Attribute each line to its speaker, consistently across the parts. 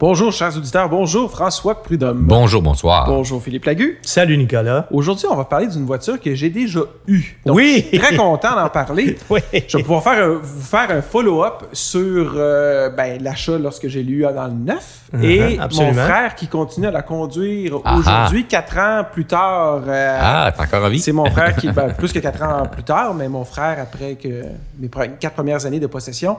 Speaker 1: Bonjour, chers auditeurs. Bonjour, François Prudhomme.
Speaker 2: Bonjour, bonsoir.
Speaker 1: Bonjour, Philippe Lagu.
Speaker 3: Salut Nicolas.
Speaker 1: Aujourd'hui, on va parler d'une voiture que j'ai déjà eue. Donc,
Speaker 3: Oui.
Speaker 1: je suis Très content d'en parler.
Speaker 3: Oui.
Speaker 1: Je vais pouvoir faire un, vous faire un follow-up sur euh, ben, l'achat lorsque j'ai lu dans le neuf.
Speaker 3: Mhm,
Speaker 1: et
Speaker 3: absolument.
Speaker 1: mon frère qui continue à la conduire
Speaker 2: Ah ah.
Speaker 1: aujourd'hui, quatre ans plus tard. euh,
Speaker 2: Ah, t'es encore en vie?
Speaker 1: C'est mon frère qui, ben, plus que quatre ans plus tard, mais mon frère, après que mes pre- quatre premières années de possession,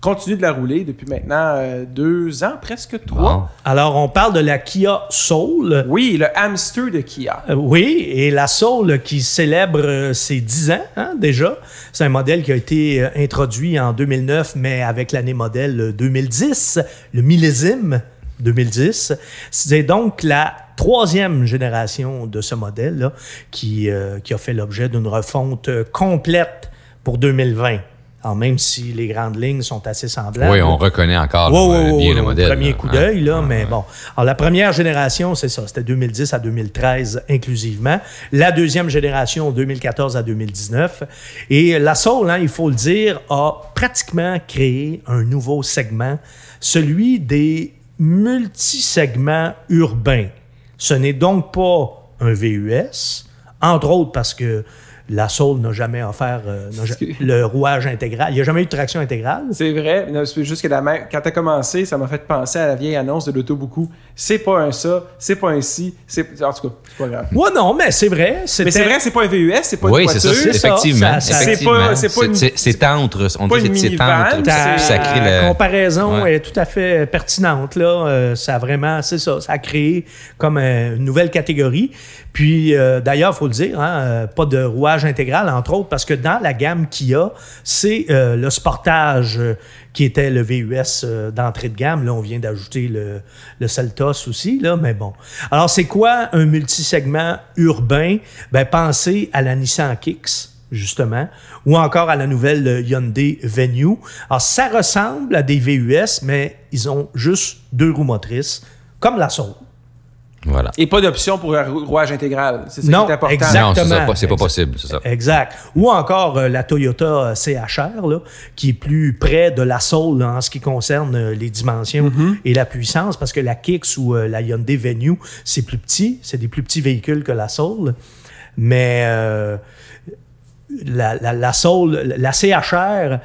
Speaker 1: continue de la rouler depuis maintenant euh, deux ans, presque
Speaker 2: Bon.
Speaker 1: trois.
Speaker 3: Alors, on parle de la Kia Soul.
Speaker 1: Oui, le hamster de Kia.
Speaker 3: Euh, Oui, et la Soul qui célèbre euh, ses 10 ans hein, déjà. C'est un modèle qui a été euh, introduit en 2009, mais avec l'année modèle euh, 2010, le millésime 2010. C'est donc la troisième génération de ce modèle qui, euh, qui a fait l'objet d'une refonte euh, complète pour 2020. Alors, même si les grandes lignes sont assez semblables.
Speaker 2: Oui, on reconnaît encore
Speaker 3: Ouais,
Speaker 2: là,
Speaker 3: ouais, ouais,
Speaker 2: bien
Speaker 3: ouais,
Speaker 2: le
Speaker 3: au
Speaker 2: modèle.
Speaker 3: Premier
Speaker 2: là,
Speaker 3: coup
Speaker 2: hein.
Speaker 3: d'œil, là, mais bon. Alors, la première génération, c'est ça, c'était 2010 à 2013 inclusivement. La deuxième génération, 2014 à 2019. Et la Soul, hein, il faut le dire, a pratiquement créé un nouveau segment, celui des multisegments urbains. Ce n'est donc pas un VUS, entre autres parce que la Soul n'a jamais offert euh, n'a ja- le rouage intégral. Il n'y a jamais eu de traction intégrale.
Speaker 1: C'est vrai, mais c'est juste que la main, quand t'as commencé, ça m'a fait penser à la vieille annonce de l'auto beaucoup. C'est pas un ça, c'est pas un ci, c'est. En tout cas, c'est pas grave.
Speaker 3: Ouais, non, mais c'est vrai.
Speaker 1: Mais c'est
Speaker 3: c'était-
Speaker 1: vrai, c'est pas un VUS, c'est pas
Speaker 2: Oui,
Speaker 1: une
Speaker 2: c'est
Speaker 1: voiture.
Speaker 2: ça, c'est-
Speaker 3: c'est ça,
Speaker 2: effectivement.
Speaker 3: ça- ça-
Speaker 2: effectivement.
Speaker 1: c'est pas- c'est pas une-
Speaker 2: C'est- c'est entre, on
Speaker 1: pas
Speaker 2: dit
Speaker 1: une
Speaker 2: c'est- c'est
Speaker 1: minivan,
Speaker 2: entre, puis
Speaker 1: c'est-
Speaker 2: ça crée
Speaker 3: ta
Speaker 2: le...
Speaker 3: comparaison
Speaker 2: Ouais.
Speaker 3: est tout à fait pertinente. Là. Euh, ça a vraiment, c'est ça, ça a créé comme euh, une nouvelle catégorie. Puis euh, d'ailleurs, il faut le dire, hein, euh, pas de rouage intégral, entre autres, parce que dans la gamme Kia, c'est euh, le sportage euh, qui était le VUS euh, d'entrée de gamme. Là, on vient d'ajouter le, le Seltos aussi, là, mais bon. Alors, c'est quoi un multisegment urbain? Ben, pensez à la Nissan Kicks justement, ou encore à la nouvelle euh, Hyundai Venue. Alors, ça ressemble à des VUS, mais ils ont juste deux roues motrices, comme la Soul.
Speaker 2: Voilà.
Speaker 1: Et pas d'option pour un rou- rouage intégral. C'est ça
Speaker 3: Non,
Speaker 1: qui est important.
Speaker 3: exact.
Speaker 2: Non, c'est ça,
Speaker 3: Exactement.
Speaker 2: pas- c'est pas possible, c'est ça.
Speaker 3: Exact. Ou encore euh, la Toyota euh, CHR, là, qui est plus près de la Soul là, en ce qui concerne euh, les dimensions
Speaker 2: Mhm.
Speaker 3: et la puissance, parce que la Kicks ou euh, la Hyundai Venue, c'est plus petit, c'est des plus petits véhicules que la Soul. Mais euh, la, la, la Soul, la CHR,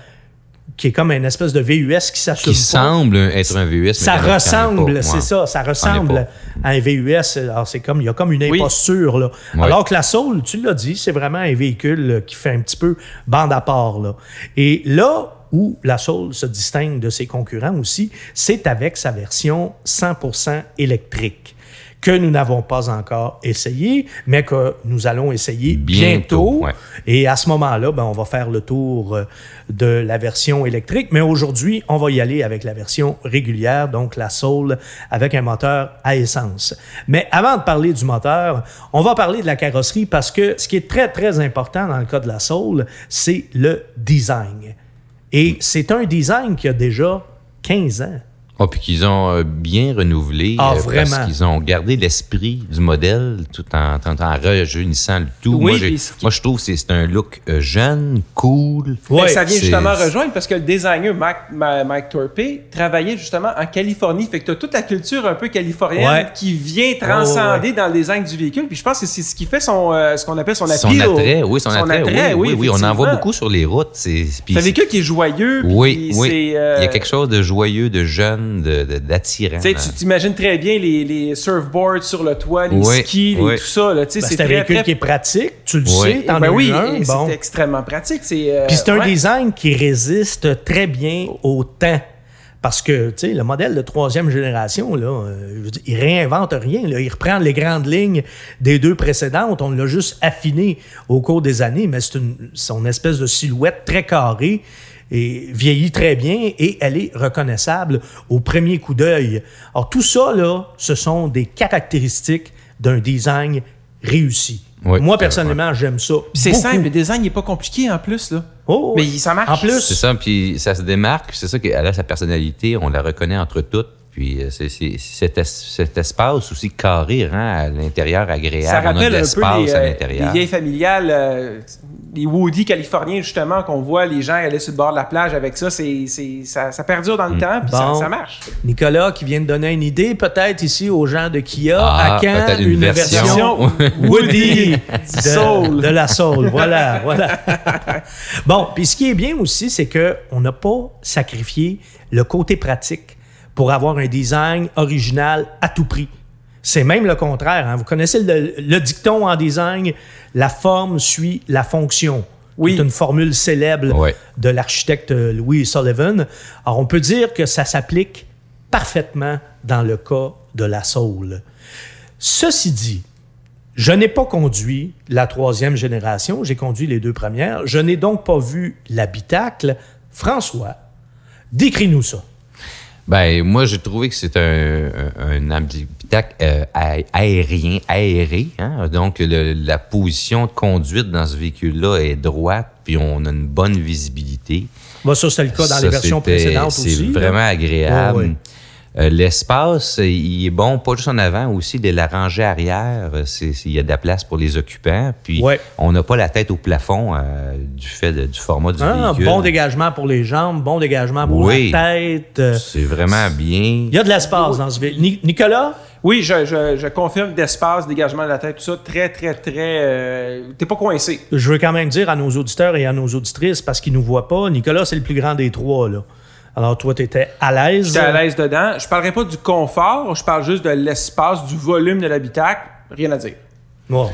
Speaker 3: qui est comme une espèce de VUS qui s'assume
Speaker 2: Qui
Speaker 3: pas.
Speaker 2: semble être un VUS, mais
Speaker 3: Ça
Speaker 2: qu'il y en a- qu'il y en a
Speaker 3: ressemble,
Speaker 2: pas.
Speaker 3: c'est
Speaker 2: Ouais.
Speaker 3: ça, ça
Speaker 2: pas.
Speaker 3: ressemble à un VUS. Alors, c'est comme, il y a comme une
Speaker 1: Oui.
Speaker 3: imposture, là.
Speaker 2: Ouais.
Speaker 3: Alors que la Soul, tu l'as dit, c'est vraiment un véhicule euh, qui fait un petit peu bande à part, là. Et là où la Soul se distingue de ses concurrents aussi, c'est avec sa version 100% électrique que nous n'avons pas encore essayé, mais que nous allons essayer
Speaker 2: Bientôt,
Speaker 3: bientôt.
Speaker 2: ouais.
Speaker 3: Et à ce moment-là, ben, on va faire le tour euh, de la version électrique. Mais aujourd'hui, on va y aller avec la version régulière, donc la Soul, avec un moteur à essence. Mais avant de parler du moteur, on va parler de la carrosserie parce que ce qui est très, très important dans le cas de la Soul, c'est le design.
Speaker 2: Mm.
Speaker 3: Et c'est un design qui a déjà 15 ans.
Speaker 2: Ah, puis qu'ils ont euh, bien renouvelé. euh,
Speaker 3: Ah,
Speaker 2: Parce
Speaker 3: vraiment.
Speaker 2: qu'ils ont gardé l'esprit du modèle tout en, en, en rajeunissant le tout.
Speaker 1: Oui,
Speaker 2: moi, j'ai-
Speaker 1: puis ce qui-
Speaker 2: moi, je trouve que c'est c'est un look euh, jeune, cool.
Speaker 1: Mais
Speaker 3: Ouais,
Speaker 1: ça vient
Speaker 2: c'est-
Speaker 1: justement rejoindre parce que le designer Mike, Ma- Mike Torpé travaillait justement en Californie. Fait que tu as toute la culture un peu californienne
Speaker 3: Ouais. Oh,
Speaker 1: qui vient transcender dans le design du véhicule. Puis je pense que c'est ce qui fait son, euh, ce qu'on appelle son
Speaker 2: Son
Speaker 1: appeal.
Speaker 2: attrait, oui, son, attrait, oui, oui, oui, on en voit
Speaker 1: effectivement.
Speaker 2: beaucoup sur les routes. C'est puis
Speaker 1: C'est un
Speaker 2: c'est-
Speaker 1: véhicule qui est joyeux. puis
Speaker 2: Oui, oui.
Speaker 1: c'est, euh,
Speaker 2: Il y a quelque chose de joyeux, de jeune, de- de- d'attirant.
Speaker 1: Tu sais, tu t'imagines très bien les, les surfboards sur le toit, les
Speaker 2: Oui,
Speaker 1: skis, les-
Speaker 2: oui.
Speaker 1: tout ça. là, tu sais,
Speaker 3: Ben,
Speaker 1: c'est
Speaker 3: c'est un
Speaker 1: très,
Speaker 3: véhicule
Speaker 1: très-
Speaker 3: qui est pratique, tu le
Speaker 2: Ouais.
Speaker 3: sais, t'en
Speaker 1: Ben
Speaker 3: as eu
Speaker 1: oui,
Speaker 3: un,
Speaker 1: et
Speaker 3: bon.
Speaker 1: c'est extrêmement pratique. C'est, euh,
Speaker 3: Puis c'est un
Speaker 1: ouais.
Speaker 3: design qui résiste très bien au temps. Parce que, tu sais, le modèle de troisième génération, là, euh, je veux dire, il réinvente rien. Là. Il reprend les grandes lignes des deux précédentes. On l'a juste affiné au cours des années, mais c'est une, son espèce de silhouette très carrée et vieillit très bien et elle est reconnaissable au premier coup d'œil. Alors, tout ça, là, ce sont des caractéristiques d'un design réussi.
Speaker 2: Oui,
Speaker 3: Moi,
Speaker 2: c'est-
Speaker 3: personnellement, j'aime ça.
Speaker 1: Puis c'est
Speaker 3: beaucoup.
Speaker 1: simple, le design n'est pas compliqué en plus. Là.
Speaker 3: Oh,
Speaker 1: Mais
Speaker 3: oui.
Speaker 1: ça marche.
Speaker 3: En plus,
Speaker 2: C'est ça, puis ça se démarque. puis C'est ça qu'elle a sa personnalité. On la reconnaît entre toutes. puis Puis euh, c'est- c'est- cet, es- cet espace aussi carré rend à l'intérieur agréable.
Speaker 1: Ça
Speaker 2: On a de
Speaker 1: rappelle un peu
Speaker 2: l'espace
Speaker 1: les,
Speaker 2: à
Speaker 1: euh, les
Speaker 2: l'intérieur.
Speaker 1: vieilles familiales, euh, les Woody californiens, justement, qu'on voit les gens aller sur le bord de la plage avec ça. c'est c'est- ça, ça perdure dans le
Speaker 2: Mm.
Speaker 1: temps, puis ça,
Speaker 3: Bon.
Speaker 1: ça marche.
Speaker 3: Nicolas qui vient de donner une idée, peut-être ici aux gens de Kia,
Speaker 2: Ah,
Speaker 3: à quand
Speaker 2: peut-être une version.
Speaker 3: Woody de,
Speaker 1: Soul.
Speaker 3: de la soul. Voilà, voilà. bon, puis ce qui est bien aussi, c'est que on n'a pas sacrifié le côté pratique pour avoir un design original à tout prix. C'est même le contraire. hein. Vous connaissez le, le dicton en design, la forme suit la fonction.
Speaker 1: Oui.
Speaker 3: C'est une formule célèbre
Speaker 2: Ouais.
Speaker 3: de l'architecte euh, Louis Sullivan. Alors, on peut dire que ça s'applique parfaitement dans le cas de la Soul. Ceci dit, je n'ai pas conduit la troisième génération, j'ai conduit les deux premières. Je n'ai donc pas vu l'habitacle. François, décris-nous ça.
Speaker 2: Ben, moi, j'ai trouvé que c'est un, un, un habitacle euh, aé- aérien, aéré. hein. Donc, le- la position de conduite dans ce véhicule-là est droite, puis on a une bonne visibilité.
Speaker 3: Bah, ça, c'est le cas dans
Speaker 2: Ça,
Speaker 3: les versions
Speaker 2: c'était-
Speaker 3: précédentes
Speaker 2: C'est
Speaker 3: aussi. là.
Speaker 2: vraiment agréable.
Speaker 3: Ouais, ouais.
Speaker 2: Euh, L'espace, il est bon, pas juste en avant, aussi de la rangée arrière. c'est- c'est- Il y a de la place pour les occupants. Puis,
Speaker 3: Ouais.
Speaker 2: on n'a pas la tête au plafond euh, du fait de- du format du
Speaker 3: Hein,
Speaker 2: véhicule.
Speaker 3: Bon dégagement pour les jambes, bon dégagement pour
Speaker 2: Oui.
Speaker 3: la tête. Euh,
Speaker 2: C'est vraiment bien.
Speaker 3: Il y a de l'espace dans ce véhicule. Ni- Nicolas,
Speaker 1: Oui, je, je- je confirme d'espace, dégagement de la tête, tout ça, très, très, très. euh, T'es pas coincé.
Speaker 3: Je veux quand même dire à nos auditeurs et à nos auditrices, parce qu'ils ne nous voient pas, Nicolas, c'est le plus grand des trois. Là. Alors, toi, tu étais à l'aise.
Speaker 1: J'étais à l'aise dedans. Je parlerai pas du confort, je parle juste de l'espace, du volume de l'habitacle. Rien à dire.
Speaker 3: Ouais.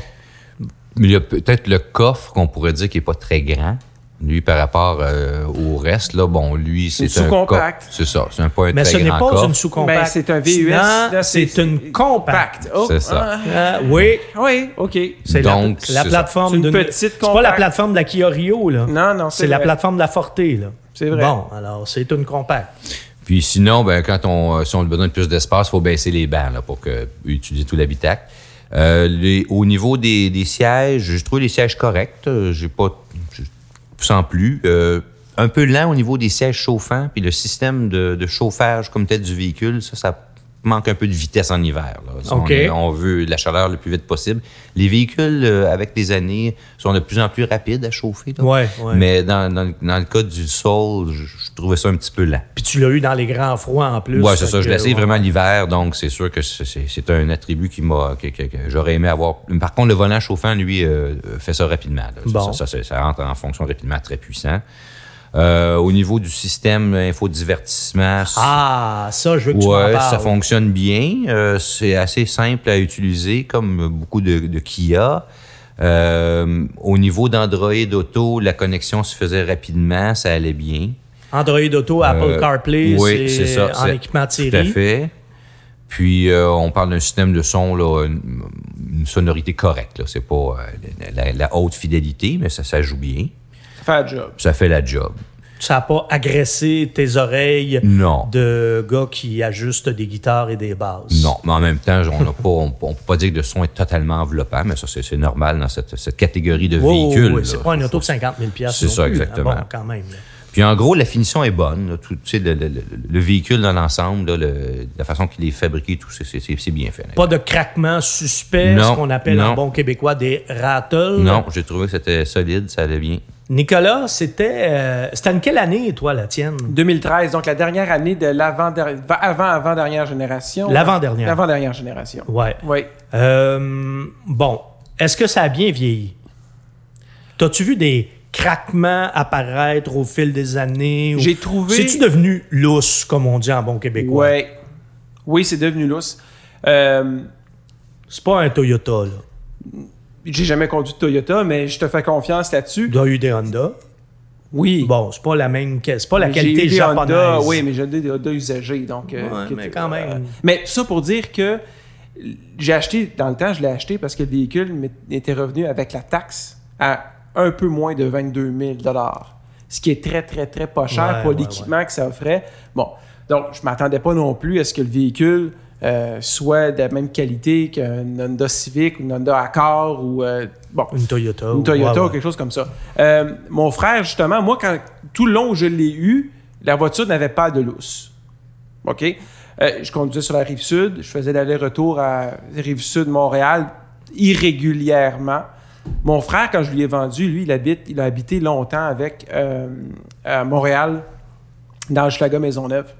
Speaker 2: Mais Il y a peut-être le coffre qu'on pourrait dire qui n'est pas très grand. Lui, par rapport euh, au reste, là, bon, lui, c'est un
Speaker 1: sous-compact.
Speaker 2: coffre. C'est ça, c'est un pas un
Speaker 3: Mais
Speaker 2: très
Speaker 3: ce n'est
Speaker 2: grand
Speaker 3: pas
Speaker 2: coffre.
Speaker 3: une sous-compacte.
Speaker 1: Ben, c'est un VUS.
Speaker 3: Non,
Speaker 1: là,
Speaker 3: C'est une compacte.
Speaker 1: Oh,
Speaker 2: C'est ça.
Speaker 1: ah,
Speaker 3: Ah, oui,
Speaker 1: oui, OK.
Speaker 3: c'est la,
Speaker 2: Donc,
Speaker 3: c'est
Speaker 2: c'est
Speaker 3: la
Speaker 1: ça. C'est
Speaker 3: plateforme
Speaker 1: une
Speaker 3: d'une
Speaker 1: petite
Speaker 3: C'est pas la
Speaker 1: compacte.
Speaker 3: plateforme de la Kia Rio, là.
Speaker 1: Non, non, c'est
Speaker 3: C'est la
Speaker 1: vrai.
Speaker 3: plateforme de la Forte, là.
Speaker 1: C'est vrai.
Speaker 3: Bon, alors, c'est une compacte.
Speaker 2: Puis sinon, ben, quand on, euh, si on a besoin de plus d'espace, il faut baisser les bancs là, pour que, utiliser tout l'habitacle. Euh, les- au niveau des, des sièges, je trouve les sièges corrects. Euh, J'ai pas. je- Sans plus. Euh, un peu lent au niveau des sièges chauffants, puis le système de, de chauffage comme tête du véhicule, ça, ça manque un peu de vitesse en hiver. là. Si on-
Speaker 3: OK.
Speaker 2: On, veut la chaleur le plus vite possible. Les véhicules, euh, avec les années, sont de plus en plus rapides à chauffer. là.
Speaker 3: Ouais, ouais.
Speaker 2: Mais dans, dans le- dans le cas du sol, je- je trouvais ça un petit peu lent.
Speaker 3: Puis tu l'as eu dans les grands froids en plus.
Speaker 2: Oui, c'est
Speaker 3: Fait
Speaker 2: ça. Je
Speaker 3: que,
Speaker 2: l'essaye
Speaker 3: ouais.
Speaker 2: vraiment l'hiver, donc c'est sûr que c'est- c'est c'est un attribut qui m'a que, que- que j'aurais aimé avoir. Par contre, le volant chauffant, lui, euh, fait ça rapidement. là. Ça-
Speaker 3: Bon.
Speaker 2: Ça, ça- ça rentre en fonction rapidement, très puissant. Euh, au niveau du système infodivertissement,
Speaker 3: Ah, ça, je veux que tu m'en
Speaker 2: ouais,
Speaker 3: parles.
Speaker 2: ça fonctionne bien. Euh, c'est assez simple à utiliser, comme beaucoup de, de Kia. Euh, au niveau d'Android Auto, la connexion se faisait rapidement, ça allait bien.
Speaker 3: Android Auto, Apple
Speaker 2: Euh,
Speaker 3: CarPlay,
Speaker 2: oui,
Speaker 3: c'est
Speaker 2: c'est ça,
Speaker 3: en
Speaker 2: c'est-
Speaker 3: équipement tiré.
Speaker 2: Tout à fait. Puis, euh, on parle d'un système de son, là, une, une sonorité correcte. là. C'est pas euh, la, la- la haute fidélité, mais ça, ça joue bien.
Speaker 1: Faire le job.
Speaker 2: Ça fait la job.
Speaker 3: Ça n'a pas agressé tes oreilles
Speaker 2: Non.
Speaker 3: de gars qui ajustent des guitares et des basses.
Speaker 2: Non, mais en même temps, on ne peut pas dire que le son est totalement enveloppant, mais ça, c'est c'est normal dans cette, cette catégorie de
Speaker 3: Oui, oui,
Speaker 2: véhicules.
Speaker 3: oui,
Speaker 2: là.
Speaker 3: Oh, C'est pas un auto de 50 000 piastres
Speaker 2: C'est
Speaker 3: non
Speaker 2: ça,
Speaker 3: plus, hein.
Speaker 2: exactement.
Speaker 3: Bon, quand même. là.
Speaker 2: Puis en gros, la finition est bonne. là. Tout, tu sais, le, le- le- le véhicule dans l'ensemble, là, le- la façon qu'il est fabriqué, tout, c'est- c'est c'est bien fait.
Speaker 3: Pas de craquement suspect,
Speaker 2: Non,
Speaker 3: ce qu'on appelle
Speaker 2: non.
Speaker 3: en bon québécois des rattles.
Speaker 2: Non, j'ai trouvé que c'était solide, ça allait bien.
Speaker 3: Nicolas, c'était. euh, c'était en quelle année, toi, la tienne?
Speaker 1: 2013, donc la dernière année de l'avant-avant-dernière génération.
Speaker 3: L'avant-dernière.
Speaker 1: L'avant-dernière génération.
Speaker 3: Ouais.
Speaker 1: Oui.
Speaker 3: Euh, bon, est-ce que ça a bien vieilli? T'as-tu vu des craquements apparaître au fil des années? ou-
Speaker 1: J'ai trouvé-
Speaker 3: C'est-tu devenu lousse, comme on dit en bon québécois?
Speaker 1: Ouais. Oui, c'est devenu lousse. Euh,
Speaker 3: C'est pas un Toyota, là.
Speaker 1: J'ai jamais conduit de Toyota, mais je te fais confiance là-dessus.
Speaker 3: Il y a eu des Honda.
Speaker 1: Oui.
Speaker 3: Bon, c'est pas la même. que- C'est pas la
Speaker 1: Mais j'ai
Speaker 3: qualité
Speaker 1: eu des
Speaker 3: japonaise.
Speaker 1: Honda, oui, mais j'ai des Honda usagés, donc. euh,
Speaker 3: Ouais,
Speaker 1: qui
Speaker 3: mais
Speaker 1: étaient-
Speaker 3: quand même.
Speaker 1: mais ça pour dire que j'ai acheté, dans le temps, je l'ai acheté parce que le véhicule m'est- était revenu avec la taxe à un peu moins de 22 000 ce qui est très, très, très pas cher
Speaker 3: Ouais,
Speaker 1: pour
Speaker 3: ouais,
Speaker 1: l'équipement que ça offrait. Bon, donc je m'attendais pas non plus à ce que le véhicule euh, soit de la même qualité qu'un Honda Civic ou une Honda Accord ou. euh, bon,
Speaker 3: Une Toyota.
Speaker 1: une Toyota
Speaker 3: ouais,
Speaker 1: ou
Speaker 3: ouais.
Speaker 1: quelque chose comme ça. Euh, mon frère, justement, moi, quand tout le long où je l'ai eu, la voiture n'avait pas de lousse. OK? Euh, je conduisais sur la rive sud, je faisais l'aller-retour à rive sud Montréal irrégulièrement. Mon frère, quand je lui ai vendu, lui, il, habite, il a habité longtemps avec euh, à Montréal, dans Schlaga Maisonneuve.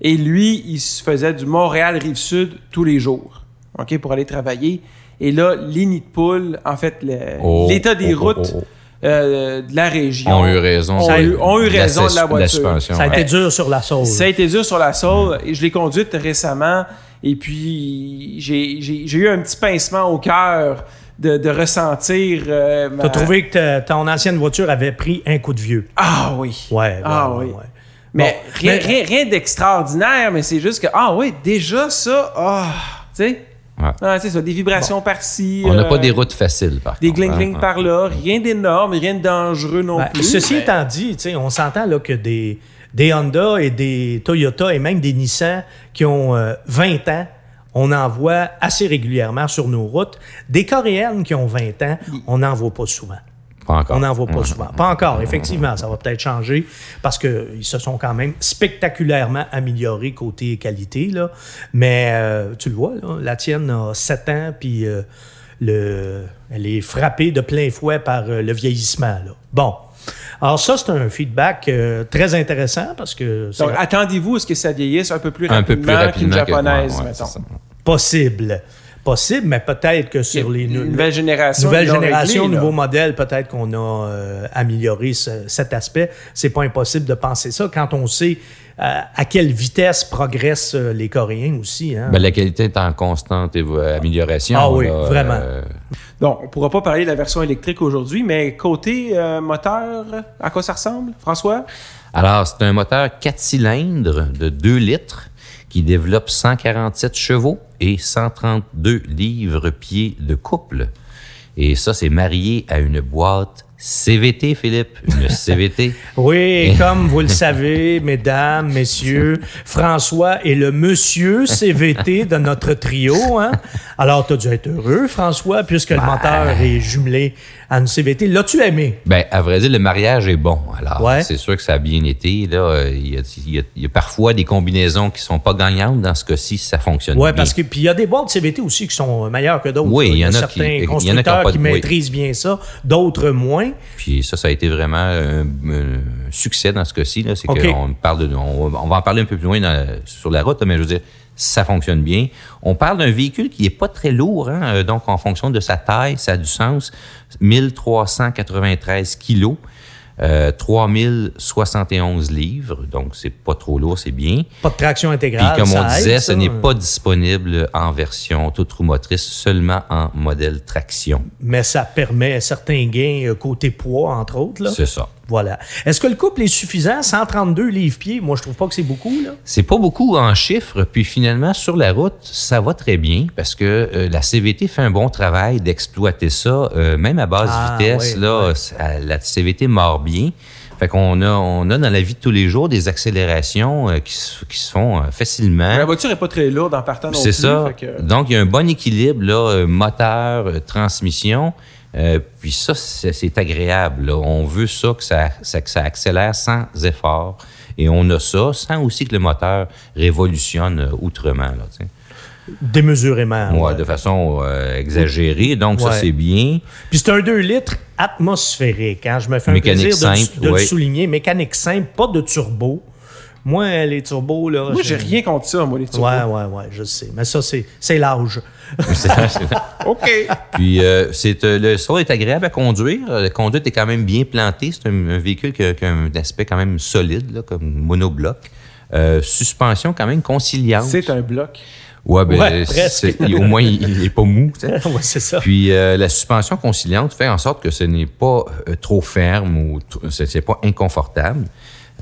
Speaker 1: Et lui, il se faisait du Montréal rive sud tous les jours, OK, pour aller travailler. Et là, les nids de poules, en fait, le-
Speaker 2: Oh,
Speaker 1: l'état des
Speaker 2: oh, oh,
Speaker 1: routes
Speaker 2: oh,
Speaker 1: euh, de la région.
Speaker 2: Ont eu raison.
Speaker 1: Ont
Speaker 2: oui,
Speaker 1: eu, ont eu raison
Speaker 2: sus-
Speaker 1: de la voiture.
Speaker 2: suspension.
Speaker 3: Ça a été
Speaker 1: Ouais.
Speaker 3: dur sur la sauce.
Speaker 1: Ça a été dur sur la saule. Et je l'ai conduite récemment. Et puis, j'ai j'ai- j'ai eu un petit pincement au cœur de, de ressentir. euh, ma-
Speaker 3: T'as trouvé que ta- ton ancienne voiture avait pris un coup de vieux.
Speaker 1: Ah oui.
Speaker 3: Ouais.
Speaker 1: Ah
Speaker 3: ouais, ouais,
Speaker 1: oui.
Speaker 3: ouais.
Speaker 1: Mais
Speaker 3: Bon,
Speaker 1: rien,
Speaker 3: mais-
Speaker 1: rien- rien d'extraordinaire, mais c'est juste que, ah oui, déjà ça, ah, tu sais,
Speaker 2: Ouais.
Speaker 1: Ah, c'est ça, des vibrations par-ci.
Speaker 2: On n'a
Speaker 1: euh,
Speaker 2: pas des routes faciles, par
Speaker 1: Des
Speaker 2: contre. hein.
Speaker 1: gling-gling par-là, rien d'énorme, rien de dangereux non
Speaker 3: Ben,
Speaker 1: plus.
Speaker 3: ceci
Speaker 1: mais-
Speaker 3: étant dit, tu sais, on s'entend là que des, des Honda et des Toyota et même des Nissan qui ont euh, 20 ans, on en voit assez régulièrement sur nos routes. Des Coréennes qui ont 20 ans, on n'en voit pas souvent.
Speaker 2: Pas encore.
Speaker 3: On n'en voit pas souvent. Pas encore, effectivement. Ça va peut-être changer parce qu'ils se sont quand même spectaculairement améliorés côté qualité. Là. Mais euh, tu le vois, là, la tienne a 7 ans, puis euh, le, elle est frappée de plein fouet par euh, le vieillissement. Là. Bon. Alors ça, c'est un feedback euh, très intéressant parce que c'est
Speaker 1: Donc, attendez-vous à ce que ça vieillisse un peu plus
Speaker 2: Un
Speaker 1: rapidement,
Speaker 2: peu plus rapidement
Speaker 1: qu'une
Speaker 2: que-
Speaker 1: japonaise,
Speaker 2: ouais, ouais,
Speaker 1: mettons.
Speaker 2: c'est ça.
Speaker 3: possible. Possible, mais peut-être que sur les...
Speaker 1: Une
Speaker 3: nu-
Speaker 1: nouvelle génération.
Speaker 3: Nouvelle
Speaker 1: ils l'ont
Speaker 3: génération,
Speaker 1: réglé, là.
Speaker 3: nouveau modèle, peut-être qu'on a euh, amélioré ce- cet aspect. C'est pas impossible de penser ça quand on sait euh, à quelle vitesse progressent euh, les Coréens aussi. hein.
Speaker 2: Ben, la qualité est en constante évo- amélioration.
Speaker 3: Ah oui,
Speaker 2: là,
Speaker 3: vraiment.
Speaker 2: euh,
Speaker 1: Donc, on ne pourra pas parler de la version électrique aujourd'hui, mais côté euh, moteur, à quoi ça ressemble, François?
Speaker 2: alors, c'est un moteur 4 cylindres de 2 litres qui développe 147 chevaux et 132 livres-pieds de couple. Et ça, c'est marié à une boîte CVT, Philippe. Une CVT.
Speaker 3: Oui, comme vous le savez, mesdames, messieurs, François est le monsieur CVT de notre trio. hein. Alors, tu as dû être heureux, François, puisque le moteur est jumelé à une CVT. L'as-tu aimé?
Speaker 2: Ben, à vrai dire, le mariage est bon. Alors,
Speaker 3: Ouais.
Speaker 2: c'est sûr que ça a bien été. Là, Euh, il y a, il y a- il y a parfois des combinaisons qui sont pas gagnantes. Dans ce cas-ci, ça fonctionne
Speaker 3: Oui,
Speaker 2: bien.
Speaker 3: parce que puis il y a des boîtes CVT aussi qui sont euh, meilleures que d'autres.
Speaker 2: Oui, il y en a qui- il y en a
Speaker 3: certains
Speaker 2: qui ont
Speaker 3: constructeurs
Speaker 2: pas
Speaker 3: qui
Speaker 2: de- oui.
Speaker 3: maîtrisent bien ça, d'autres moins.
Speaker 2: Puis ça, ça a été vraiment un, un succès dans ce cas-ci. là. C'est
Speaker 3: OK.
Speaker 2: qu'on parle de, on, on va en parler un peu plus loin dans- sur la route, là, mais je veux dire, ça fonctionne bien. On parle d'un véhicule qui est pas très lourd, hein, euh, donc en fonction de sa taille, ça a du sens. 1393 kilos, euh, 3071 livres, donc c'est pas trop lourd, c'est bien.
Speaker 3: Pas de traction
Speaker 2: Puis
Speaker 3: intégrale.
Speaker 2: comme on
Speaker 3: Ah, ça aide,
Speaker 2: disait,
Speaker 3: ça.
Speaker 2: ce n'est pas disponible en version toute roue motrice, seulement en modèle traction.
Speaker 3: Mais ça permet certains gains euh, côté poids, entre autres. Là.
Speaker 2: C'est ça.
Speaker 3: Voilà. Est-ce que le couple est suffisant? 132 livres-pieds, moi, je trouve pas que c'est beaucoup. Là.
Speaker 2: C'est pas beaucoup en chiffres, puis finalement, sur la route, ça va très bien parce que euh, la CVT fait un bon travail d'exploiter ça, euh, même à basse
Speaker 3: Ah,
Speaker 2: vitesse.
Speaker 3: oui,
Speaker 2: là, ça- La CVT mord bien. Fait qu'on a, on a dans la vie de tous les jours des accélérations euh, qui, se- qui se font euh, facilement.
Speaker 1: La voiture n'est pas très lourde en partant non
Speaker 2: C'est
Speaker 1: plus.
Speaker 2: ça.
Speaker 1: fait que-
Speaker 2: Donc, il y a un bon équilibre, là, euh, moteur, euh, transmission. Euh, puis ça, c'est c'est agréable. là. On veut ça que, ça, ça- que ça accélère sans effort. Et on a ça, sans aussi que le moteur révolutionne euh, outrement. Là, tu sais.
Speaker 3: Démesurément.
Speaker 2: Ouais,
Speaker 3: ouais.
Speaker 2: De façon euh, exagérée. Donc, ça,
Speaker 3: Ouais.
Speaker 2: c'est bien.
Speaker 3: Puis c'est un 2 litres atmosphérique. Hein? Je me fais un
Speaker 2: Mécanique
Speaker 3: plaisir de,
Speaker 2: simple,
Speaker 3: de le
Speaker 2: oui.
Speaker 3: souligner. Mécanique simple, pas de turbo. Moi, les turbos, là.
Speaker 1: Moi,
Speaker 3: je-
Speaker 1: j'ai rien contre ça, moi, les turbos.
Speaker 3: Ouais, ouais, ouais, je sais. Mais ça, c'est c'est l'âge.
Speaker 1: OK.
Speaker 2: Puis euh, c'est euh, le sol est agréable à conduire. Euh, La conduite est quand même bien plantée. C'est un, un véhicule qui a, qui a un aspect quand même solide, là, comme monobloc. Euh, suspension quand même conciliante.
Speaker 1: C'est un bloc.
Speaker 2: Ouais, ben,
Speaker 3: Ouais,
Speaker 2: c'est-
Speaker 3: presque.
Speaker 2: c'est- au moins, il il est pas mou. tu sais.
Speaker 3: ouais, c'est ça.
Speaker 2: Puis euh, la suspension conciliante fait en sorte que ce n'est pas euh, trop ferme ou tr- c'est c'est pas inconfortable.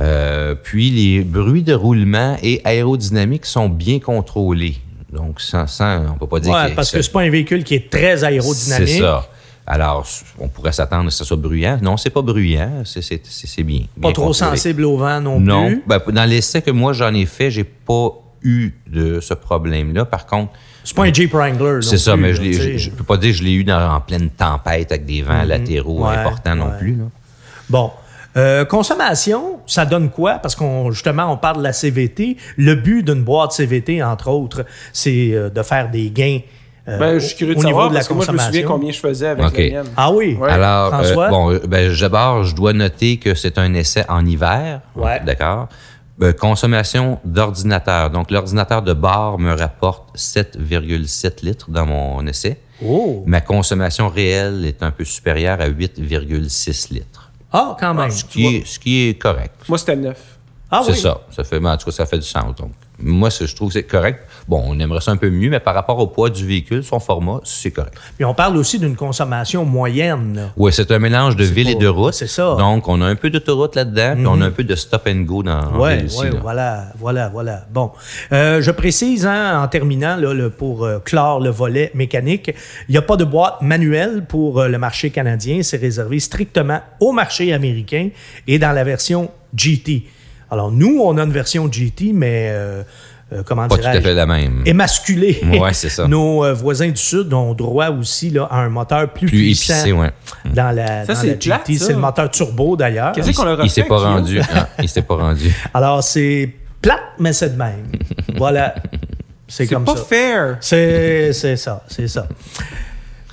Speaker 2: Euh, puis les bruits de roulement et aérodynamique sont bien contrôlés. Donc sans, sans on peut pas dire
Speaker 3: Ouais,
Speaker 2: que
Speaker 3: parce que
Speaker 2: ça-
Speaker 3: c'est pas un véhicule qui est très aérodynamique.
Speaker 2: c'est ça. Alors on pourrait s'attendre à ce que ça soit bruyant. Non, c'est pas bruyant, c'est- c'est c'est- c'est bien.
Speaker 3: Pas
Speaker 2: bien
Speaker 3: trop
Speaker 2: contrôlé.
Speaker 3: sensible au vent non,
Speaker 2: Non,
Speaker 3: plus.
Speaker 2: ben, dans l'essai que moi j'en ai fait, j'ai pas eu de ce problème-là. Par contre,
Speaker 3: C'est pas un Jeep Wrangler. non
Speaker 2: C'est ça,
Speaker 3: plus,
Speaker 2: mais
Speaker 3: là,
Speaker 2: je, l'ai-
Speaker 3: tu sais. Mhm.
Speaker 2: je, je peux pas dire que je l'ai eu dans- en pleine tempête avec des vents latéraux
Speaker 3: Ouais,
Speaker 2: importants non
Speaker 3: ouais.
Speaker 2: plus. là.
Speaker 3: Bon. Euh, consommation, ça donne quoi? Parce qu'on justement, on parle de la CVT. Le but d'une boîte CVT, entre autres, c'est euh, de faire des gains euh,
Speaker 1: Ben, je suis curieux de
Speaker 3: au niveau
Speaker 1: savoir,
Speaker 3: de la
Speaker 1: parce que moi, je me souviens
Speaker 3: consommation.
Speaker 1: combien je faisais avec
Speaker 2: OK.
Speaker 1: la mienne.
Speaker 3: Ah oui?
Speaker 1: Ouais.
Speaker 2: Alors, euh,
Speaker 3: François?
Speaker 2: bon, ben, d'abord, je dois noter que c'est un essai en hiver.
Speaker 3: Ouais.
Speaker 2: D'accord. Euh, consommation d'ordinateur. Donc, l'ordinateur de bord me rapporte 7,7 litres dans mon essai.
Speaker 3: Oh!
Speaker 2: Ma consommation réelle est un peu supérieure à 8,6 litres.
Speaker 3: Ah, quand même.
Speaker 2: Ce qui, est, ce qui est correct.
Speaker 1: Moi, c'était neuf.
Speaker 3: Ah
Speaker 2: c'est
Speaker 3: oui?
Speaker 2: ça. Ça fait, mais en tout cas, ça fait du sens. Donc, moi, c'est- je trouve que c'est correct. Bon, on aimerait ça un peu mieux, mais par rapport au poids du véhicule, son format, c'est correct.
Speaker 3: Puis on parle aussi d'une consommation moyenne. là.
Speaker 2: Oui, c'est un mélange de ville et
Speaker 3: pas-
Speaker 2: de route.
Speaker 3: c'est ça. Mhm.
Speaker 2: Donc, on a un peu d'autoroute là-dedans, puis on a un peu de stop and go dans en
Speaker 3: Ouais,
Speaker 2: ville aussi,
Speaker 3: ouais,
Speaker 2: là.
Speaker 3: voilà, voilà, voilà. Bon, Euh, je précise hein, en terminant là, le- pour euh, clore le volet mécanique, il n'y a pas de boîte manuelle pour euh, le marché canadien. C'est réservé strictement au marché américain et dans la version GT. Alors nous, on a une version GT, mais euh, euh, comment
Speaker 2: Pas tout à
Speaker 3: dirais-je
Speaker 2: fait la même.
Speaker 3: Émasculés.
Speaker 2: Ouais, c'est ça.
Speaker 3: Nos euh, voisins du Sud ont droit aussi là, à un moteur plus,
Speaker 2: Plus
Speaker 3: puissant
Speaker 2: épicé, ouais.
Speaker 3: dans la,
Speaker 1: Ça,
Speaker 3: dans
Speaker 1: c'est
Speaker 3: la
Speaker 1: plate,
Speaker 3: GT.
Speaker 1: ça.
Speaker 3: C'est le moteur turbo d'ailleurs.
Speaker 1: Qu'est-ce qu'on leur a
Speaker 2: Il s'est
Speaker 1: fait,
Speaker 2: pas
Speaker 1: Guillaume?
Speaker 2: rendu. hein. il s'est pas rendu.
Speaker 3: Alors, c'est plate, mais c'est de même. Voilà. C'est
Speaker 1: C'est
Speaker 3: comme
Speaker 1: pas
Speaker 3: ça.
Speaker 1: fair.
Speaker 3: C'est c'est ça, c'est ça.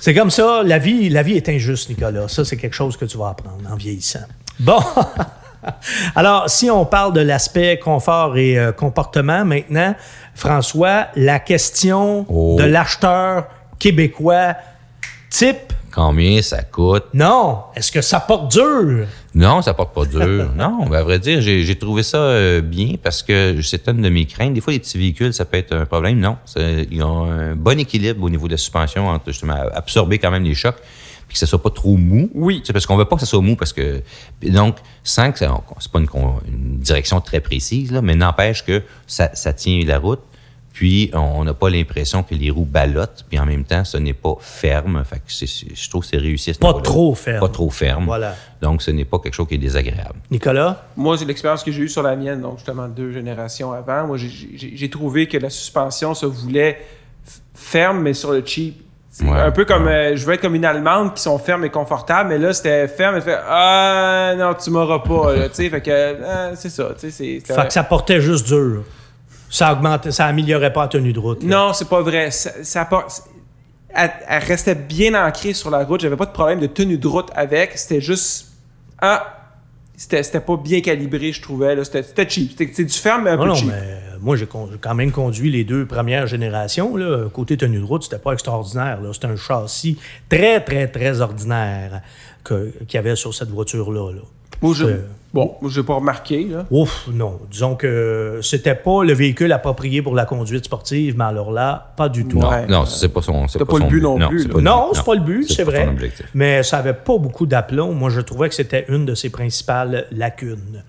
Speaker 3: C'est comme ça, la vie, la vie est injuste, Nicolas. Ça, c'est quelque chose que tu vas apprendre en vieillissant. Bon. Alors, si on parle de l'aspect confort et euh, comportement maintenant, François, la question
Speaker 2: Oh.
Speaker 3: de l'acheteur québécois type,
Speaker 2: Combien ça coûte?
Speaker 3: non, est-ce que ça porte dur?
Speaker 2: Non, ça porte pas dur. non, mais à vrai dire, j'ai j'ai trouvé ça euh, bien parce que c'est une de mes craintes. Des fois, les petits véhicules, ça peut être un problème. Non, c'est- ils ont un bon équilibre au niveau de la suspension entre justement absorber quand même les chocs puis que ça soit pas trop mou.
Speaker 1: Oui.
Speaker 2: C'est parce qu'on veut pas que ça soit mou parce que donc sans que ça c'est pas une, con- une direction très précise là, mais n'empêche que ça, ça tient la route. Puis on n'a pas l'impression que les roues ballottent, puis en même temps, ce n'est pas ferme. Fait que c'est- c'est- je trouve que c'est réussi. à ce
Speaker 3: Pas
Speaker 2: niveau-là.
Speaker 3: trop ferme.
Speaker 2: Pas trop ferme.
Speaker 3: Voilà.
Speaker 2: Donc, ce n'est pas quelque chose qui est désagréable.
Speaker 3: Nicolas?
Speaker 1: Moi, c'est l'expérience que j'ai eue sur la mienne, donc justement deux générations avant. Moi, j'ai- j'ai j'ai trouvé que la suspension se voulait f- ferme, mais sur le cheap. C'est
Speaker 2: Ouais,
Speaker 1: un peu comme euh, je veux être comme une Allemande qui sont fermes et confortables, mais là c'était ferme et fait Ah non, tu m'auras pas. là. Tu sais, fait que euh, c'est ça. tu sais, c'est- c'est-
Speaker 3: Fait que ça portait juste dur. Ça augmentait, ça améliorait pas la tenue de route. là.
Speaker 1: Non, c'est pas vrai. Ça, ça pas- elle, elle restait bien ancrée sur la route. J'avais pas de problème de tenue de route avec. C'était juste. Ah! C'était c'était pas bien calibré, je trouvais. là. C'était c'était cheap. C'était c'était du ferme, mais un
Speaker 3: Non,
Speaker 1: peu
Speaker 3: non,
Speaker 1: cheap.
Speaker 3: mais euh, moi, j'ai con- j'ai quand même conduit les deux premières générations. Là. Côté tenue de route, c'était pas extraordinaire. là. C'était un châssis très, très, très ordinaire que- qu'il y avait sur cette voiture-là. là.
Speaker 1: Moi, je-
Speaker 3: c'était-
Speaker 1: Bon, moi, j'ai pas remarqué. Là.
Speaker 3: Ouf, non. Disons que c'était pas le véhicule approprié pour la conduite sportive, mais alors là, pas du tout.
Speaker 2: Non,
Speaker 1: Ouais.
Speaker 2: non, c'est pas son. C'est
Speaker 1: T'as pas le
Speaker 2: son
Speaker 1: but non plus,
Speaker 2: c'est
Speaker 1: là.
Speaker 2: le
Speaker 3: Non,
Speaker 2: but,
Speaker 3: c'est pas le but, c'est
Speaker 2: pas
Speaker 3: vrai.
Speaker 2: son objectif.
Speaker 3: Mais ça avait pas beaucoup d'aplomb. Moi, je trouvais que c'était une de ses principales lacunes.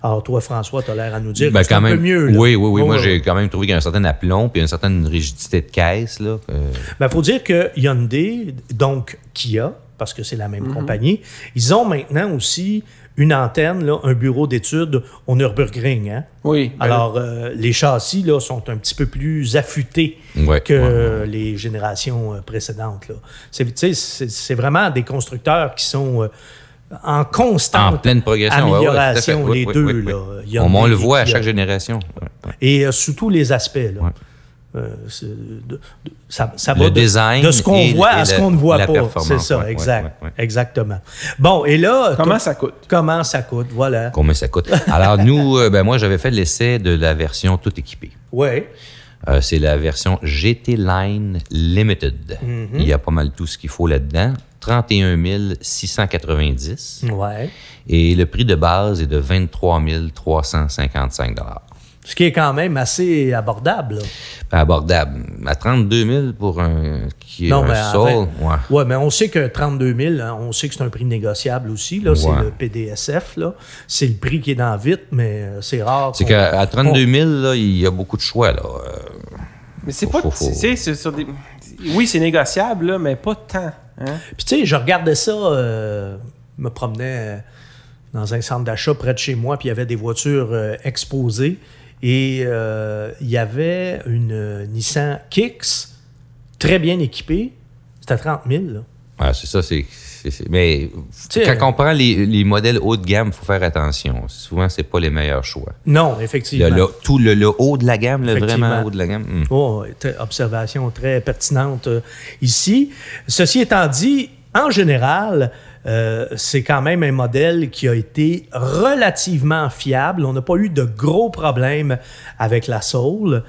Speaker 3: Alors, toi, François, tu as l'air à nous dire
Speaker 2: Ben,
Speaker 3: que c'est
Speaker 2: quand
Speaker 3: un
Speaker 2: même,
Speaker 3: peu mieux. là.
Speaker 2: Oui, oui, oui.
Speaker 3: Ouais,
Speaker 2: moi,
Speaker 3: ouais,
Speaker 2: j'ai quand même trouvé qu'il y a un certain aplomb puis une certaine rigidité de caisse. Là, euh,
Speaker 3: Il Ben, faut dire que Hyundai, donc Kia, parce que c'est la même compagnie, ils ont maintenant aussi une antenne, là, un bureau d'études au Nürburgring. hein.
Speaker 1: Oui. ben,
Speaker 3: Alors, euh, les châssis là, sont un petit peu plus affûtés
Speaker 2: Ouais,
Speaker 3: que
Speaker 2: ouais, ouais.
Speaker 3: euh, les générations euh, précédentes. là. C'est tu sais, c'est- c'est vraiment des constructeurs qui sont euh, en constante
Speaker 2: en pleine progression. ouais, ouais, tout à fait.
Speaker 3: Ah, amélioration,
Speaker 2: Oui,
Speaker 3: les
Speaker 2: oui,
Speaker 3: deux.
Speaker 2: oui, oui.
Speaker 3: là, Hyundai
Speaker 2: on, on le
Speaker 3: et
Speaker 2: voit à
Speaker 3: Kia.
Speaker 2: chaque génération. Ouais, ouais.
Speaker 3: Et euh, sous tous les aspects. là.
Speaker 2: Ouais.
Speaker 3: Euh, c'est- de- de- ça, ça
Speaker 2: Le
Speaker 3: va de,
Speaker 2: design
Speaker 3: de ce qu'on
Speaker 2: et-
Speaker 3: voit
Speaker 2: et
Speaker 3: à ce
Speaker 2: la-
Speaker 3: qu'on ne voit
Speaker 2: la
Speaker 3: pas.
Speaker 2: performance,
Speaker 3: C'est ça,
Speaker 2: ouais, ouais,
Speaker 3: exact.
Speaker 2: ouais, ouais.
Speaker 3: Exactement. Bon, et là,
Speaker 1: comment
Speaker 3: toi,
Speaker 1: ça coûte?
Speaker 3: comment ça coûte? Voilà.
Speaker 2: Combien ça coûte? Alors, nous, euh, ben, moi, j'avais fait l'essai de la version tout équipée.
Speaker 3: Oui.
Speaker 2: Euh, c'est la version GT Line Limited.
Speaker 3: Mm-hmm.
Speaker 2: Il y a pas mal tout ce qu'il faut là-dedans. 31 690.
Speaker 3: Ouais.
Speaker 2: Et le prix de base est de 23 355
Speaker 3: Ce qui est quand même assez abordable. là.
Speaker 2: Abordable. À 32 000 pour un qui est
Speaker 3: Non,
Speaker 2: un
Speaker 3: mais
Speaker 2: Soul, ouais.
Speaker 3: enfin, ouais, mais on sait que 32 000, hein, on sait que c'est un prix négociable aussi. Là, C'est
Speaker 2: Ouais.
Speaker 3: le PDSF. Là. C'est le prix qui est dans vite, mais euh, c'est rare.
Speaker 2: C'est
Speaker 3: qu'on-
Speaker 2: qu'à à
Speaker 3: qu'on-
Speaker 2: 32 000, là, il y a beaucoup de choix. Là. Euh,
Speaker 1: Mais c'est pas.
Speaker 2: faut- faut-
Speaker 1: tu sais, c'est sur des- Oui, c'est négociable, là, mais pas tant. hein.
Speaker 3: Puis tu sais, je regardais ça, euh, me promenais euh, dans un centre d'achat près de chez moi, puis il y avait des voitures euh, exposées. Et euh, il y avait une euh, Nissan Kicks, très bien équipée. C'était 30 000. là.
Speaker 2: ouais, c'est ça, c'est, c'est c'est- c'est- mais
Speaker 3: Tu sais,
Speaker 2: quand on prend les, les modèles haut de gamme, il faut faire attention. Souvent, c'est pas les meilleurs choix.
Speaker 3: Non,
Speaker 2: Le,
Speaker 3: effectivement.
Speaker 2: le- tout le, le haut de la gamme, le vraiment
Speaker 3: Effectivement.
Speaker 2: haut de la gamme. hum.
Speaker 3: Oh, t- observation très pertinente euh, ici. Ceci étant dit, en général, euh, c'est quand même un modèle qui a été relativement fiable. On n'a pas eu de gros problèmes avec la Soul.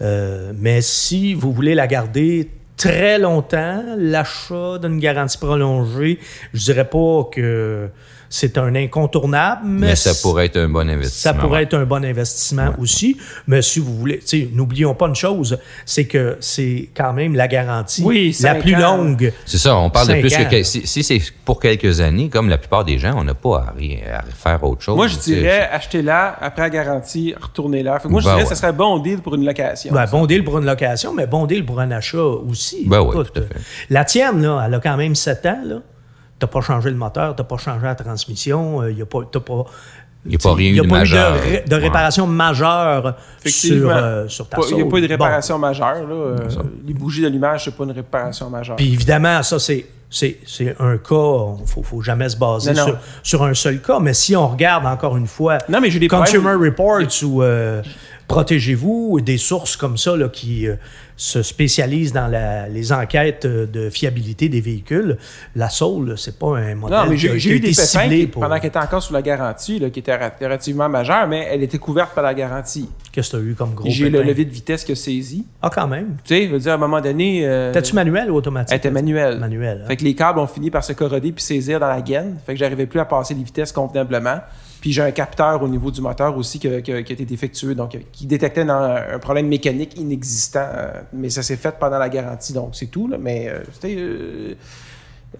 Speaker 3: Euh, mais si vous voulez la garder très longtemps, l'achat d'une garantie prolongée, je dirais pas que c'est un incontournable, mais,
Speaker 2: Mais ça pourrait être un bon investissement.
Speaker 3: ça pourrait être un bon investissement aussi. Mais si vous voulez, tu sais, n'oublions pas une chose, c'est que c'est quand même la garantie
Speaker 1: Oui,
Speaker 3: la
Speaker 1: cinq
Speaker 3: plus
Speaker 1: ans.
Speaker 3: longue.
Speaker 2: C'est ça, on parle de
Speaker 3: Cinq
Speaker 2: plus
Speaker 3: ans,
Speaker 2: que.
Speaker 3: là.
Speaker 2: Si, si c'est pour quelques années, comme la plupart des gens, on n'a pas à, rien, à faire autre chose.
Speaker 1: Moi, je
Speaker 2: Tu sais,
Speaker 1: dirais, achetez-la, après la garantie, retournez-la. Fait que Moi, je
Speaker 2: Ben
Speaker 1: dirais
Speaker 2: ouais.
Speaker 1: que ce serait bon deal pour une location.
Speaker 3: Ben, bon deal pour une location, mais bon deal pour un achat aussi.
Speaker 2: Ben oui,
Speaker 3: Écoute,
Speaker 2: tout à fait.
Speaker 3: La tienne, là, elle a quand même 7 ans. Tu n'as pas changé le moteur, tu n'as pas changé la transmission, euh, y a pas- t'as pas-
Speaker 2: Il y a pas rien
Speaker 3: il y
Speaker 2: eu de
Speaker 3: pas
Speaker 2: majeur.
Speaker 3: de, ré- de
Speaker 2: Ouais.
Speaker 3: réparation majeure sur,
Speaker 1: Effectivement.
Speaker 3: euh, sur ta
Speaker 1: Pas- Il n'y a
Speaker 3: Soul.
Speaker 1: pas eu de
Speaker 3: Bon.
Speaker 1: réparation majeure. Là. Euh, les bougies d'allumage, c'est pas une réparation majeure.
Speaker 3: Puis évidemment, ça, c'est. C'est, c'est un cas, il faut, faut jamais se baser
Speaker 1: Non, non.
Speaker 3: Sur, sur un seul cas, mais si on regarde encore une fois
Speaker 1: Non, mais j'ai des
Speaker 3: Consumer
Speaker 1: problèmes-
Speaker 3: Reports ou euh, Protégez-vous, ou des sources comme ça là, qui euh, se spécialisent dans la- les enquêtes euh, de fiabilité des véhicules, la Soul, c'est pas un modèle
Speaker 1: non, mais
Speaker 3: qui a
Speaker 1: j'ai j'ai
Speaker 3: été
Speaker 1: eu des pépins
Speaker 3: ciblé
Speaker 1: qui,
Speaker 3: pour...
Speaker 1: pendant qu'elle était encore sous la garantie, là, qui était ra- relativement majeure, mais elle était couverte par la garantie.
Speaker 3: Qu'est-ce que tu as eu comme gros
Speaker 1: J'ai le
Speaker 3: pépin?
Speaker 1: levier de vitesse que saisi.
Speaker 3: Ah, quand même.
Speaker 1: Tu sais, je veux dire, à un moment donné. euh,
Speaker 3: T'as-tu manuel ou automatique?
Speaker 1: Elle était manuelle.
Speaker 3: Manuelle, hein.
Speaker 1: Fait que les câbles ont fini par se corroder puis saisir dans la gaine. Fait que j'arrivais plus à passer les vitesses convenablement. Puis j'ai un capteur au niveau du moteur aussi que- que- qui a été défectueux, donc euh, qui détectait dans un, un problème mécanique inexistant. euh, mais ça s'est fait pendant la garantie, donc c'est tout. là, mais euh, c'était. euh,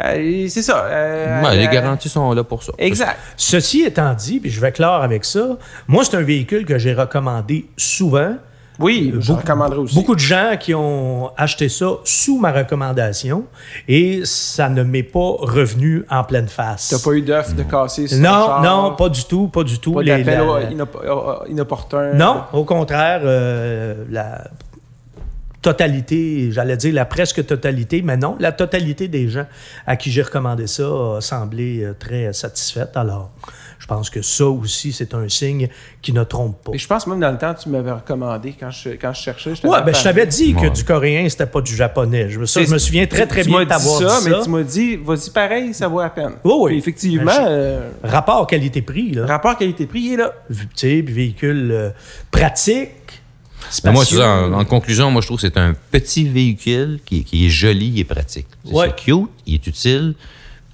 Speaker 1: euh, c'est ça. euh,
Speaker 2: Ouais,
Speaker 1: euh,
Speaker 2: Bah, les garanties sont là pour ça.
Speaker 1: Exact.
Speaker 3: Ceci étant dit, puis je vais clore avec ça, moi, c'est un véhicule que j'ai recommandé souvent.
Speaker 1: Oui, je
Speaker 3: Beaucoup-
Speaker 1: Euh, recommanderais aussi.
Speaker 3: Beaucoup de gens qui ont acheté ça sous ma recommandation et ça ne m'est pas revenu en pleine face.
Speaker 1: T'as pas eu d'œuf de cassé sur le
Speaker 3: non,
Speaker 1: char,
Speaker 3: non, pas du tout, pas du tout.
Speaker 1: Pas
Speaker 3: Les-
Speaker 1: d'appel
Speaker 3: la-
Speaker 1: au- inop- au- inopportun.
Speaker 3: Non, au contraire, euh, la totalité, j'allais dire la presque totalité, mais non, la totalité des gens à qui j'ai recommandé ça a semblé euh, très satisfaite. Alors, je pense que ça aussi, c'est un signe qui ne trompe pas.
Speaker 1: Et je pense même dans le temps, tu m'avais recommandé quand je, quand je cherchais. je t'avais
Speaker 3: Ouais, ben, je
Speaker 1: parlé.
Speaker 3: t'avais dit que
Speaker 2: Ouais.
Speaker 3: du coréen, c'était pas du japonais. Je me, ça,
Speaker 1: C'est-
Speaker 3: je me souviens très, très
Speaker 1: tu
Speaker 3: bien
Speaker 1: m'as
Speaker 3: de t'avoir dit
Speaker 1: ça,
Speaker 3: ça.
Speaker 1: mais tu m'as dit, vas-y pareil, ça vaut la peine.
Speaker 3: Oui, oui.
Speaker 1: Puis effectivement,
Speaker 3: Ben, je-
Speaker 1: euh,
Speaker 3: Rapport qualité-prix,
Speaker 1: le
Speaker 3: là.
Speaker 1: rapport qualité-prix il est là.
Speaker 3: Tu sais, puis véhicule euh, pratique,
Speaker 2: Mais
Speaker 3: spacieux.
Speaker 2: Ben, moi, c'est ça, en, en conclusion, moi, je trouve que c'est un petit véhicule qui, qui est joli et pratique. C'est
Speaker 3: Ouais.
Speaker 2: c'est cute, il est utile.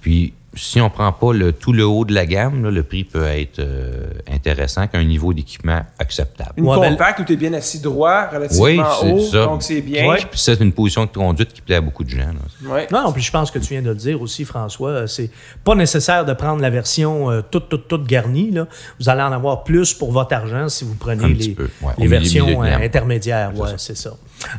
Speaker 2: Puis, si on prend pas le, tout le haut de la gamme, là, le prix peut être euh, intéressant qu'un niveau d'équipement acceptable.
Speaker 1: Une
Speaker 3: Ouais, ben-
Speaker 1: compacte où tu es bien assis droit,
Speaker 2: Oui,
Speaker 1: relativement
Speaker 2: c'est
Speaker 1: haut,
Speaker 2: ça.
Speaker 1: donc c'est bien.
Speaker 2: Puis c'est une position de conduite qui plaît à beaucoup de gens. là.
Speaker 1: Ouais.
Speaker 3: Non, non, puis je pense que tu viens de le dire aussi, François, euh, c'est pas nécessaire de prendre la version euh, toute, toute, toute garnie. Là. Vous allez en avoir plus pour votre argent si vous prenez
Speaker 2: Un petit
Speaker 3: les,
Speaker 2: peu, ouais, au
Speaker 3: les
Speaker 2: milieu-
Speaker 3: versions
Speaker 2: milieu de
Speaker 3: euh,
Speaker 2: gamme.
Speaker 3: intermédiaires. Ouais, c'est ça.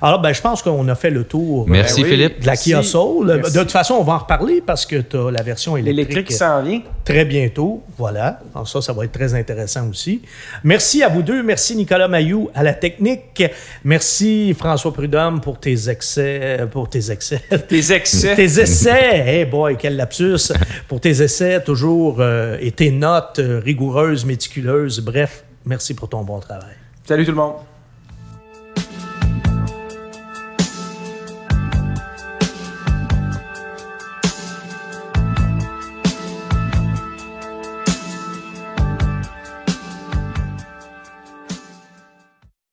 Speaker 3: Alors, ben, je pense qu'on a fait le tour euh,
Speaker 2: Merci,
Speaker 1: Ben oui.
Speaker 2: Philippe.
Speaker 3: de la Kia
Speaker 1: Merci.
Speaker 3: Soul.
Speaker 1: Merci.
Speaker 3: De toute façon, on va en reparler parce que tu as la version
Speaker 1: L'électrique
Speaker 3: électrique euh,
Speaker 1: qui s'en vient.
Speaker 3: très bientôt. Voilà. Alors ça, ça va être très intéressant aussi. Merci à vous deux. Merci Nicolas Mayou à la technique. Merci François Prudhomme pour tes excès, euh, pour tes excès,
Speaker 1: Tes excès.
Speaker 3: tes essais. Hey boy, quel lapsus. Pour tes essais toujours euh, et tes notes euh, rigoureuses, méticuleuses. Bref, merci pour ton bon travail.
Speaker 1: Salut tout le monde.